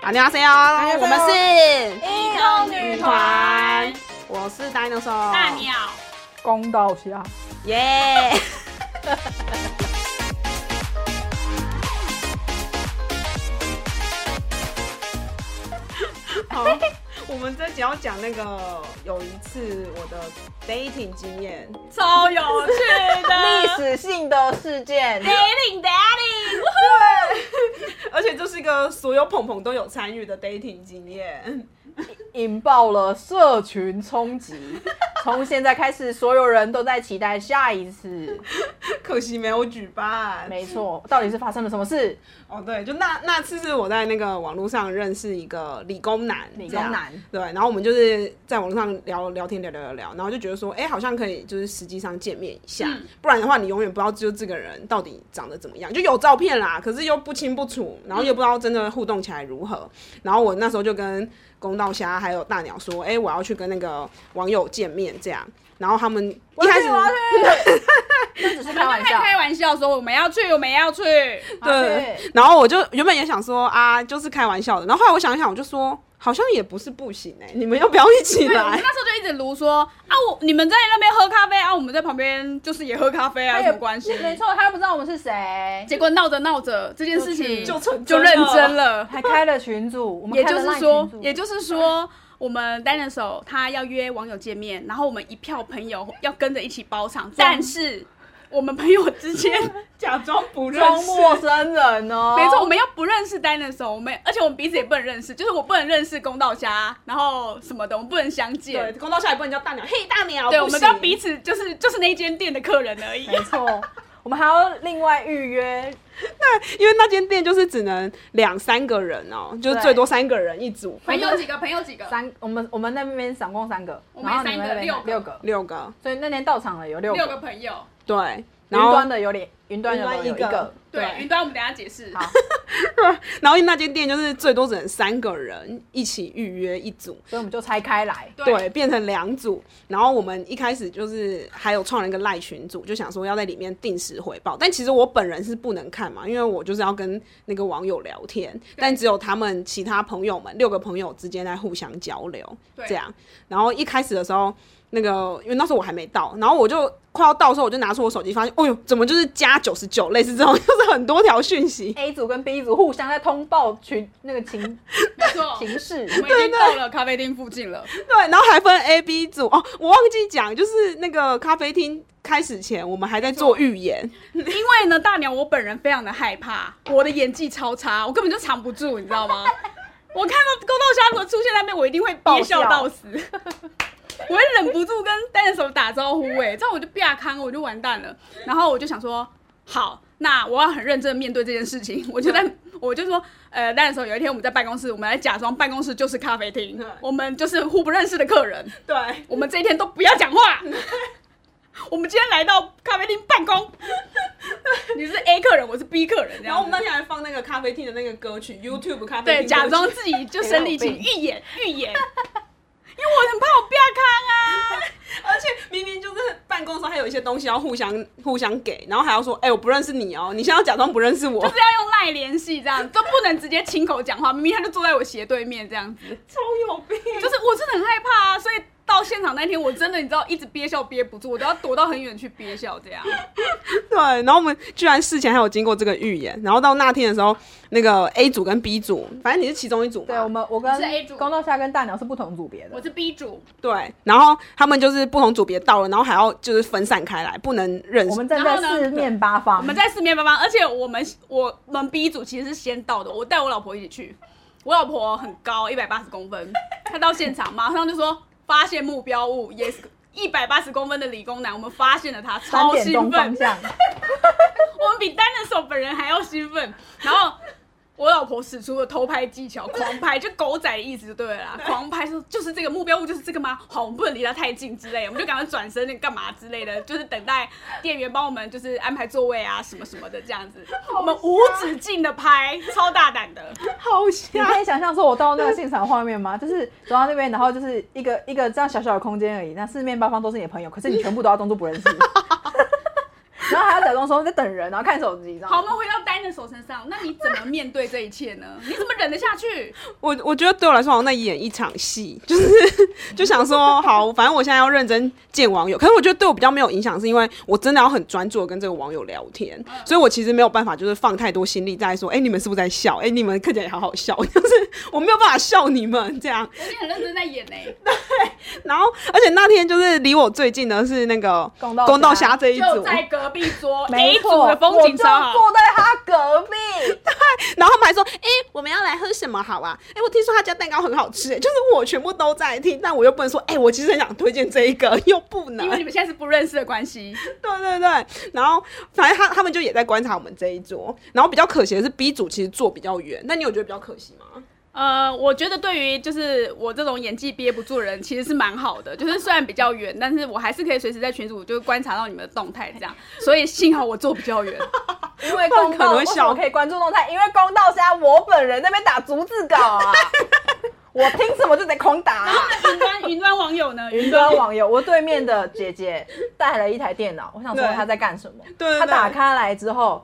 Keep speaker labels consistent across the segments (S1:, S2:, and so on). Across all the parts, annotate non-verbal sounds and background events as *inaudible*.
S1: 打电话谁
S2: 哎
S1: 哦？我们是
S3: 英雄女团，
S1: 我是 Dinosaur
S3: 大鸟，
S4: 公道虾，
S1: 耶！好，我们这集要讲那个有一次我的 dating 经验，
S3: 超有趣
S2: *laughs*
S3: 的
S2: 历史性的事件，
S3: ，Dating Daddy，
S1: 而且这是一个所有鹏鹏都有参与的 dating 经验。
S2: 引爆了社群冲
S3: *laughs*
S2: 击。从现在开始，所有人都在期待下一次。
S3: *laughs*
S1: 可惜没有举办。
S2: 没错，到底是发生了什么事？
S1: 哦，对，就那那次是我在那个网络上认识一个理工男，理
S2: 工男
S1: 对，然后我们就是在网络上聊聊天，聊聊聊聊，然后就觉得说，哎、好像可以就是实际上见面一下，
S2: 嗯
S1: 不然的话你永远不知道就这个人到底长得怎么样，就有照片啦，可是又不清不楚，然
S2: 嗯
S1: 后又不知道真的互动起来如何。然后我那时候就跟公道虾还有大鸟说，哎、我要去跟那个网友见面这样，然后他们一开始
S3: *laughs*
S2: 这只是开玩
S3: 在
S2: 笑。
S3: 开玩笑说我们要去，我们要去，
S1: 对
S2: 对，
S1: 然后我就原本也想说啊，就是开玩笑的。然后后来我想一想，我就说好像也不是不行哎、你们要不要一起
S3: 对，我们
S1: *laughs* 来？
S3: 那时候就一直撸说啊，我你们在那边喝咖啡啊，我们在旁边就是也喝咖啡啊，有什么关系？
S2: 没错，他又不知道我们是谁，
S3: 结果闹着闹着这件事情
S1: 就成
S3: 就
S1: 真了
S3: 认真了，
S4: 还开了群组，我们
S3: 也
S4: 开
S3: 就
S4: 了
S3: 是
S4: LINE
S3: 说
S4: 群，组
S3: 也就是说，我们 Dinosaur 他要约网友见面，然后我们一票朋友要跟着一起包场，但是我们朋友之间，
S1: 假装不认 *laughs*
S2: 装陌生人哦。
S3: *laughs* 没错，我，们要不认识 Dinosaur，我们而且我们彼此也不能认识，就是我不能认识公道虾，然后什么的，我们不能相
S1: 对，
S3: 见。
S1: 公道下一不能叫大鸟，嘿大鸟，
S3: 对，
S1: 不
S3: 我们
S1: 行
S3: 都彼此就是就是那一间店的客人而已。
S4: 没错，我们还要另外预约，
S1: 因为那间店就是只能两三个人哦、就是
S2: 对
S1: 最多三个人一组，
S3: 朋友几个？朋友几个？
S4: 三我们我们那边总共三个，
S3: 我们
S4: 然后你
S3: 三
S4: 们
S3: 个
S4: 那边
S3: 六个
S4: 六个，
S1: 六个，
S4: 所以那天到场了有六
S3: 六个
S4: 个，
S3: 朋友。
S1: 对，
S4: 云
S1: 然后
S4: 端的有两，云端的有
S1: 云
S4: 一
S1: 端一个
S4: 个，
S3: 对，云端我们等一下解释。
S4: 好
S1: 然后那间店就是最多只能三个人一起预约一组，
S4: 所以我们就拆开来，
S1: 对，变成两组。然后我们一开始就是还有创了一个赖群组，就想说要在里面定时回报。但其实我本人是不能看嘛，因为我就是要跟那个网友聊天，但只有他们其他朋友们六个朋友之间在互相交流
S3: 对
S1: 这样。然后一开始的时候，那个因为那时候我还没到，然后我就快要到的时候，我就拿出我手机，发现，哦呦，怎么就是加九十九，类似这种，就是很多条讯息。
S4: A 组跟 B 组互相在通报群那个情
S3: 没
S4: *laughs*
S3: 错，
S4: 情势，
S3: 我们已经到了咖啡厅附近了。
S1: 对，然后还分 A、B 组哦，我忘记讲，就是那个咖啡厅开始前，我们还在做预言。
S3: 因为呢，大鸟我本人非常的害怕，我的演技超差，我根本就藏不住，你知道吗？我看到公道虾如果出现在那边，我一定会憋笑到死， *laughs* 我会忍不住跟单手打招呼、哎，这样我就变康，我就完蛋了。然后我就想说，好，那我要很认真地面对这件事情，我就在。我就说，呃，单手有一天我们在办公室，我们来假装办公室就是咖啡厅
S1: 对，
S3: 我们就是互不认识的客人，
S1: 对，
S3: 我们这一天都不要讲话。
S1: *laughs*
S3: 我们今天来到咖啡厅办公，你是 A 客人，我是 B 客人，这
S1: 然后
S3: 样
S1: 我们那天还放那个咖啡厅的那个歌曲，YouTube 咖啡厅歌
S3: 对
S1: 曲
S3: 假装自己就身临其
S4: 没有
S3: 预
S1: *laughs*
S3: 演预演，因为我很怕我不要康啊。
S1: 而且明明就是办公室还有一些东西要互相互相给，然后还要说，哎、我不认识你哦，你现在要假装不认识我，
S3: 就是要用赖联系，这样都不能直接亲口讲话。明明他就坐在我斜对面，这样子，
S1: 超有病。
S3: 就是我真的很害怕啊。所以到现场那天，我真的你知道一直憋笑憋不住，我都要躲到很远去憋笑，这样。
S1: 对，然后我们居然事前还有经过这个预言，然后到那天的时候，那个 A 组跟 B 组，反正你是其中一组嘛，
S4: 对我们我
S3: 你是 A
S4: 跟
S3: 组
S4: 公道虾跟大鸟是不同组别的
S3: 我，是 B 主，
S1: 对，然后他们就是不同组别到了，然后还要就是分散开来，不能认
S4: 我
S1: 识
S4: 们。站在
S3: 然后呢
S4: 四面八方，
S3: 我们在四面八方，而且我们我们 B 组其实是先到的，我带我老婆一起去，我老婆很高，一百八十公分，她到现场马上就说发现目标物，yes，一百八十公分的理工男，我们发现了他，
S4: 三
S3: 超
S4: 点
S3: 兴
S4: 钟方
S3: 奋，
S4: 向，
S3: *laughs* 我们比单人手本人还要兴奋，然后。我老婆使出了偷拍技巧，狂拍，就狗仔的意思就对 *laughs* 了啦。狂拍说就是这个目标物就是这个吗？好，我们不能离它太近之类的，我们就赶快转身那干嘛之类 *laughs* 的，就是等待店员帮我们就是安排座位啊什么什么的这样子。我们无止境的拍，超大胆的。
S1: 好
S4: *laughs* 你
S1: 像
S4: 可以想象说我到那个现场画面吗？就是走到那边，然后就是一个
S3: *laughs*
S4: 一个这样小小的空间而已，那四面八方都是你的朋友，可是你全部都要装作不认识，然后还要假装说在等人，然后看手机，这样。
S3: 好，我们回到 Dinosaur 身上，那你怎么面对这一切 *laughs* 呢？你怎么忍得下去？
S1: 我我觉得对我来说好像在演一场戏，就是就想说好，反正我现在要认真见网友。可是我觉得对我比较没有影响，是因为我真的要很专注的跟这个网友聊天，
S3: 嗯
S1: 所以我其实没有办法就是放太多心力在说，哎、你们是不是在笑？哎、你们看起来也好好笑， *laughs* 就是我没有办法笑你们这样。
S3: 我今天很认真在演呢、
S1: 然后，而且那天就是离我最近的是那个
S4: 公道
S1: 公道
S4: 侠
S1: 侠这一组，
S3: 就在隔壁
S4: *laughs*
S3: 桌
S4: 没
S3: A
S4: 错，
S3: 组
S4: 我
S3: 的
S4: 就
S3: 风景超好，
S4: 坐在他隔壁，
S1: 然后他们还说，哎、我们要来喝什么好啊？哎、我听说他家蛋糕很好吃、哎就是我全部都在听，但我又不能说，哎、我其实很想推荐这一个，又不能
S3: 因，为你们现在是不认识的关系，
S1: 对对对。然后反正他他们就也在观察我们这一桌，然后比较可惜的是 B 组其实坐比较远，那你有觉得比较可惜吗？
S3: 呃，我觉得对于就是我这种演技憋不住的人，其实是蛮好的。就是虽然比较远，但是我还是可以随时在群组就观察到你们的动态，这样。所以幸好我坐比
S4: *laughs*
S3: 较远，
S4: *laughs* 因为公
S1: 可能
S4: 道，
S1: 会
S4: 为什
S1: 笑
S4: 么可以关注动态？因为公道是在我本人那边打逐字稿 *laughs* 啊，我听什么就得空打、啊
S3: 云端云端网友呢？
S4: *laughs* 云端网友，我对面的姐姐带了一台电脑，我想说
S1: 对
S4: 她在干什么？
S1: 对对
S4: 她
S1: 对
S4: 打开来之后，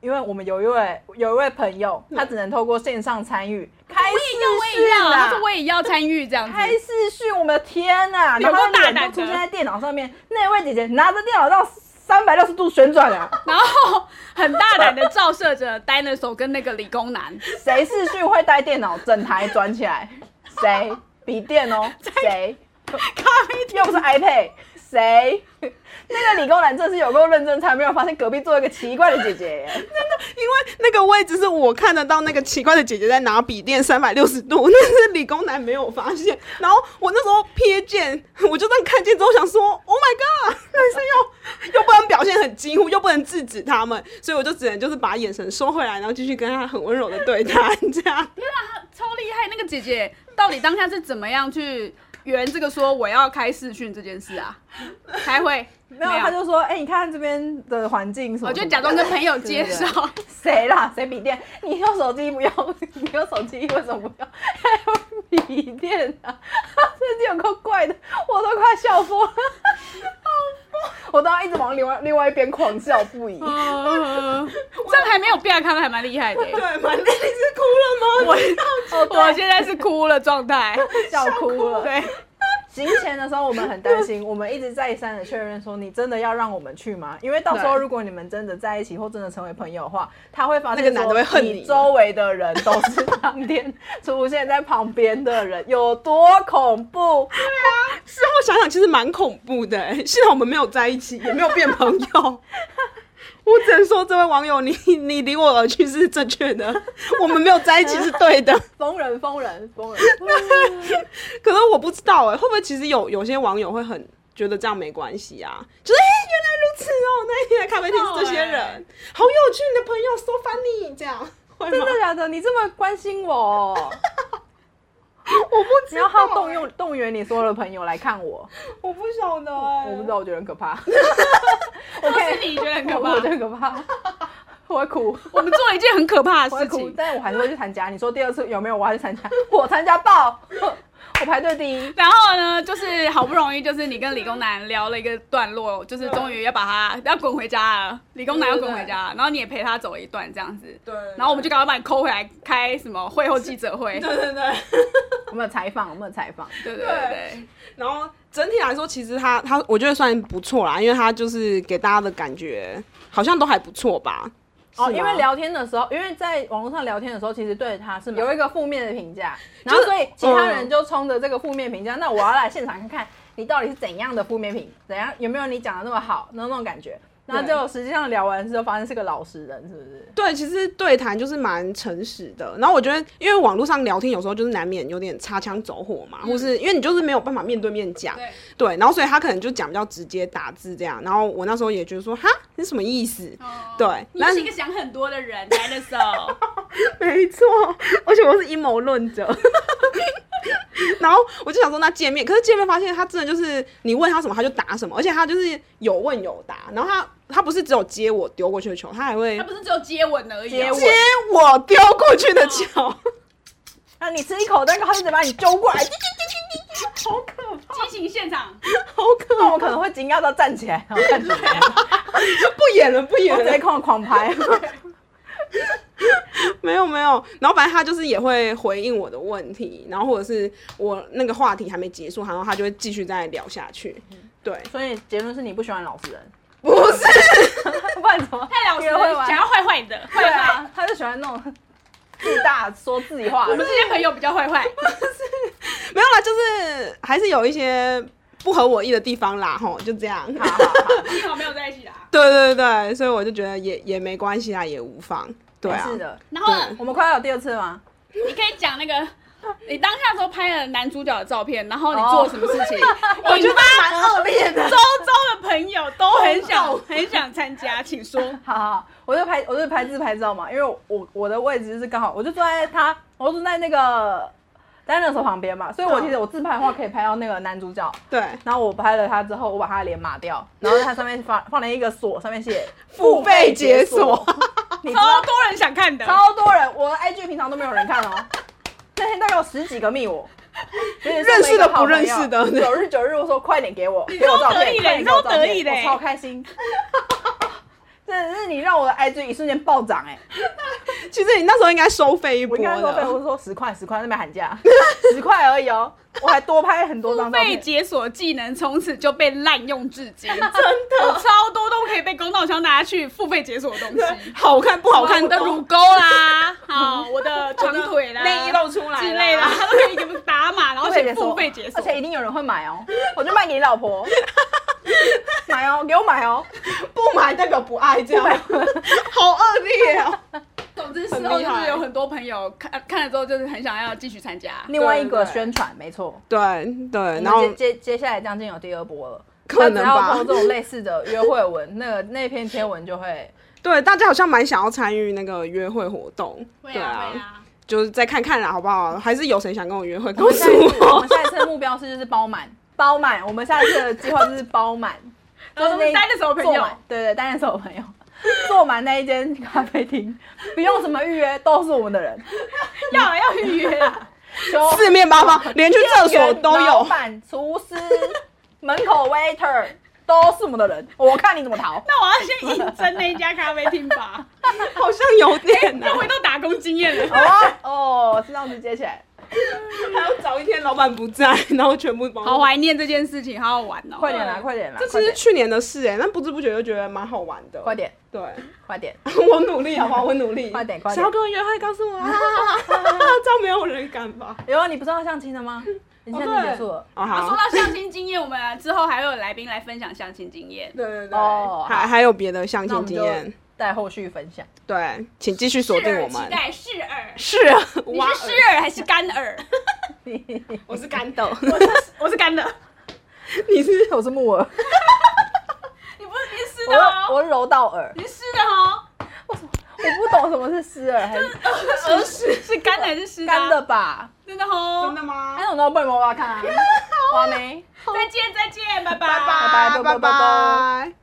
S4: 因为我们有一位有一位朋友，她只能透过线上参与，开视
S3: 我
S4: 讯
S3: 也要，他
S4: 啊
S3: 说，我也要参与这样子。
S4: 开视讯，我们的天呐、
S3: 嗯有
S4: 然
S3: 够
S4: 后
S3: 大
S4: 脸
S3: 胆
S4: 都
S3: 的
S4: 出现在电脑上面，那位姐姐拿着电脑到三百六十度旋转啊， *laughs*
S3: 然后很大胆的照射着 Dinosaur 跟那个理工男，
S4: 谁视讯会带电脑整台转起来？ *laughs* 谁？笔电
S3: *laughs*
S4: 哦，谁？又不是 iPad，谁？ *laughs* 那个理工男真的是有够认真，才没有发现隔壁坐一个奇怪的姐姐
S3: *laughs*
S4: 耶。
S1: 因为那个位置是我看得到那个奇怪的姐姐在拿笔电三百六十度，但是理工男没有发现。然后我那时候瞥见，我就这样看见之后想说，Oh my god！但 *laughs* 是又又不能表现很惊呼，又不能制止他们，所以我就只能就是把眼神收回来，然后继续跟他很温柔的对谈，这样。
S3: 超厉害。那个姐姐到底当下是怎么样去圆这个说我要开视讯这件事啊？开会
S4: *laughs* 没有，他就说：“哎、你看这边的环境什么
S3: 我
S4: 什
S3: 就
S4: 么的
S3: 假装跟朋友介绍，
S4: *laughs* 谁啦？谁笔电？你用手机不用？ *laughs* 你用手机为什么不用？ *laughs* 还有笔电
S1: *laughs*
S4: 啊？真的有够怪的，我都快笑疯了，我都要一直往另外另外一边狂笑不已。
S3: 嗯 *laughs* 这样还没有被他看到，还蛮厉害的欸、
S1: 对，满脸你是哭了吗？
S4: 哦，
S1: 啊
S3: 我
S4: 对，
S3: 现在是哭了状态，
S4: 笑哭了。
S3: 对，
S4: 行前的时候，我们很担心，我们一直再三的确认说，你真的要让我们去吗？因为到时候
S3: 对
S4: 如果你们真的在一起或真的成为朋友的话，他会发现
S1: 那个男的
S4: 说
S1: 会恨你
S4: 你周围的人都是当天出现在旁边的人，有多恐怖？
S1: 事后想想其实蛮恐怖的、欸幸好我们没有在一起，也没有变朋友。 *laughs* 我只能说，这位网友，你你离我而去是正确的，我们没有在一起是对的。 *laughs*
S4: 疯人，疯人，疯人！
S1: 可是我不知道哎、会不会其实有有些网友会很觉得这样没关系啊？就是哎、欸原来如此哦、那一天的咖啡厅是这些人，
S3: 不知道欸
S1: 好有趣，你的朋友 so funny 这样。会
S4: 真
S1: 吗
S4: 的？假的？你这么关心我哦、
S1: 我不知
S4: 你
S1: 道、
S4: 要好动用动员你所有的朋友来看我，
S1: 我不晓得、欸，
S4: 我不知道，我觉得很可
S3: *laughs*
S4: 怕。我可
S3: 嗯是
S4: 以，
S3: 你觉得很可
S4: 我我觉得很
S3: 怕。
S4: 可怕， *laughs* 我会哭。
S3: 我们做了一件很可怕
S4: 我
S3: 的
S4: 会
S3: 事
S4: 哭，
S3: 情，
S4: 但我还是会去参加。你说第二次有没有？我还是参加，我参加爆，我排队第一。
S3: 然后呢，就是好不容易，就是你跟理工男聊了一个段落，就是终于要把他要滚回家了，理工男要滚回家了，然后你也陪他走了一段这样子，
S1: 对。
S3: 然后我们就赶快把你抠回来开什么会后记者会，对
S1: 对对对。
S4: 我们有采访，我们有采访。
S3: 对对对，
S1: 然后整体来说，其实他他我觉得算不错啦，因为他就是给大家的感觉好像都还不错吧。
S4: 哦，
S1: 是吗
S4: 因为聊天的时候，因为在网络上聊天的时候，其实对他是有一个负面的评价，然后所以其他人就冲着这个负面评价，那我要来现场看看你到底是怎样的负面评，怎样有没有你讲的那么好，那那种感觉。然后
S1: 对
S4: 就实际上聊完之后，发现是个老实人，是不是？
S1: 对，其实对谈就是蛮诚实的。然后我觉得，因为网络上聊天有时候就是难免有点擦枪走火嘛，
S4: 嗯
S1: 或是因为你就是没有办法面对面讲，
S3: 对
S1: 对，然后所以他可能就讲比较直接，打字这样。然后我那时候也觉得说，哈，你什么意思？
S4: 嗯
S1: 对，
S3: 哦你是一个想很多的人，dinosaur，
S1: 没错，而且我是阴谋论者。 *laughs* 然后我就想说，那见面，可是见面发现他真的就是你问他什么他就答什么，而且他就是有问有答。然后他他不是只有接我丢过去的球，他还会
S3: 他不是只有接吻而已
S4: 接
S3: 哦，
S4: 吻
S1: 接我丢过去的球。
S4: 那你吃一口蛋糕，他就得把你揪过来，
S3: 激情现场，
S1: 好可
S4: 那我可能会惊讶到站起来，然后看着你，
S1: *laughs* 不演了，不演
S3: 哦
S4: 我直接
S1: 了，
S4: 狂狂拍。
S1: 没有没有。然后反正他就是也会回应我的问题，然后或者是我那个话题还没结束，然后他就会继续再聊下去。
S3: 嗯
S1: 对，
S4: 所以结论是你不喜欢老实人，
S1: 不是，
S4: 不然怎么
S3: 太老实
S4: 约会
S3: 了，
S4: 完
S3: 想要坏坏的，坏
S4: 对
S3: 坏。
S4: 啊，他就喜欢那种自大说自己话
S3: 我
S4: 的人。
S3: 们这些朋友比较坏坏，
S1: 没有啦，就是还是有一些不合我意的地方啦，吼，就这样。
S4: 好好好，
S3: 幸好没有在一起啦。
S1: *laughs* 对对对，所以我就觉得也也没关系啊，也无妨。对啊，
S4: 没事的。
S3: 然后呢
S1: 对
S4: 我们快要有第二次吗？
S3: 你可以讲那个你当下时候拍了男主角的照片，然后你做了什
S1: 哦
S3: 么事情，
S4: 我
S3: 引发
S4: 蛮恶劣的。 *laughs*
S3: 周遭的朋友都很想很想参加，请说。
S4: 好好，好我就拍，我就拍自拍照嘛，因为我我我的位置就是刚好，我就坐在他，我坐在那个单人手旁边嘛，所
S1: 嗯
S4: 以我其实我自拍的话可以拍到那个男主角。
S1: 对，
S4: 然后我拍了他之后，我把他的脸码掉，然后他上面放放了一个锁，上面写
S1: 付费解锁，
S4: *laughs* 你知
S3: 超
S4: 道
S3: 多人想看的，
S4: 超多人，我的 IG 平常都没有人看哦，那天大概有十几个密我，有点像
S1: 认识的
S4: 那个好朋友
S1: 不认识的
S4: 九日九日我说快点给我，给我照
S3: 得意
S4: 片，快点
S3: 的
S4: 给我照
S3: 你超得意
S4: 片，我
S3: 的
S4: 超开心。真的是你让我的 IG 一瞬间暴涨哎、
S1: 其实你那时候应该收费一波
S4: 我应该说被
S1: 的。
S4: 我说十块十块那边喊价，十块而已哦，我还多拍很多张照
S3: 被
S4: 片。
S3: 解锁技能从此就被滥用至今，真的，我超多都可以被公道箱拿去付费解锁的东西。
S1: 好看不好看
S3: 我的乳沟啦，好，我的长腿啦，
S1: 内衣露出来
S3: 之类的，
S1: 啦
S3: 他都可以给我们打码，然后
S4: 费
S3: 写
S4: 解
S3: 付
S4: 锁
S3: 费解锁
S4: 而。且一定有人会买哦，我就卖给你老婆，买哦，给我买哦，
S1: 不买代表不爱，这样好恶劣哦。
S3: 总之事后
S1: 很厉
S3: 就
S1: 害
S3: 是有很多朋友看看了之后，就是很想要继续参加。
S4: 另外一
S1: 对
S4: 个
S1: 对
S4: 宣传没错。
S1: 对对，然后
S4: 我们接接接下来将近有第二波了，
S1: 可能吧
S4: 他只要抛这种类似的约会文， *laughs* 那个那篇贴文就会
S1: 对大家好像蛮想要参与那个约会活动，
S3: 会
S1: 对
S3: 啊
S1: 啊
S3: 会，啊，
S1: 就是再看看啦，好不好？还是有谁想跟我约会，告 *laughs*
S4: 我们
S1: 诉
S4: 下一次我
S1: 我
S4: 们。下一次的目标是就是包满，包满，我们下一次的计划就是包满，
S3: *laughs* 然后都是单着手的朋
S4: 坐
S3: 友，
S4: 满，对对，单人手的朋友。坐满那一间咖啡厅， *laughs* 不用什么预约，都是我们的人。
S3: 要啊要预约啊。
S4: *laughs* 求
S1: 四面八方，连去厕所
S4: *laughs*
S1: 都
S4: 老
S1: 有。
S4: 板、厨师、门口 waiter 都是我们的人，我看你怎么
S1: *laughs*
S4: 逃。
S3: 那我要先应征那一家咖啡厅 *laughs* 吧，
S1: 好像有点啊难
S3: 又，回到打工经验了。
S4: 好啊，哦，是这样子接起来。
S1: 还要找一天老板不 *laughs* 在，然后全部帮我
S3: 好怀念这件事情，好好玩哦。
S4: 快点啦，快点啦！
S1: 这
S4: 快
S1: 其实
S4: 点
S1: 去年的事哎、欸，但不知不觉就觉得蛮好玩的。
S4: 快！点，
S1: 对， *laughs*
S4: 快点，
S1: 我努力好不好？我努力。
S4: *laughs* 快点快点
S1: 谁要跟我约会？告诉我
S4: *laughs*
S1: 啊！这样没有人敢吧？
S4: 有啊，你不是要相亲的 *laughs* 吗？你相亲结束了。
S1: 啊
S3: 啊，说
S1: 好。
S3: 到相亲经验，我们之后还会有来宾来分享相亲经验。
S1: 对对对。
S4: 哦
S1: 还还有别的相
S4: 那我
S1: 亲
S4: 们
S1: 经
S4: 就
S1: 验，
S4: 待后续分 *laughs* 享。
S1: 对，请继续锁
S3: 视
S1: 定
S3: 耳
S1: 我
S3: 期
S1: 们。
S3: 待视耳，
S1: 是啊，
S3: 你
S1: 挖
S3: 是
S1: 耳
S3: 视耳还是干耳？
S1: 我是干
S4: *laughs*
S1: 豆，
S3: 我是干的，
S1: 你是
S4: 我是木 *laughs* 耳，
S3: *laughs* 你不是你是湿的
S4: 我
S3: 哦，
S4: 我揉到耳，
S3: 你是湿的哦，
S4: 我不懂什么是湿 *laughs* 耳，还是
S3: 耳屎是干的还是湿的啊？
S4: 干的吧？
S3: 真的哦，
S1: 真的吗
S4: 哎，？我都不能 *laughs* 摸挖看啊，挖没？
S3: 再见再见，拜
S1: 拜
S3: 拜
S1: 拜
S4: 拜拜拜拜
S1: 拜拜。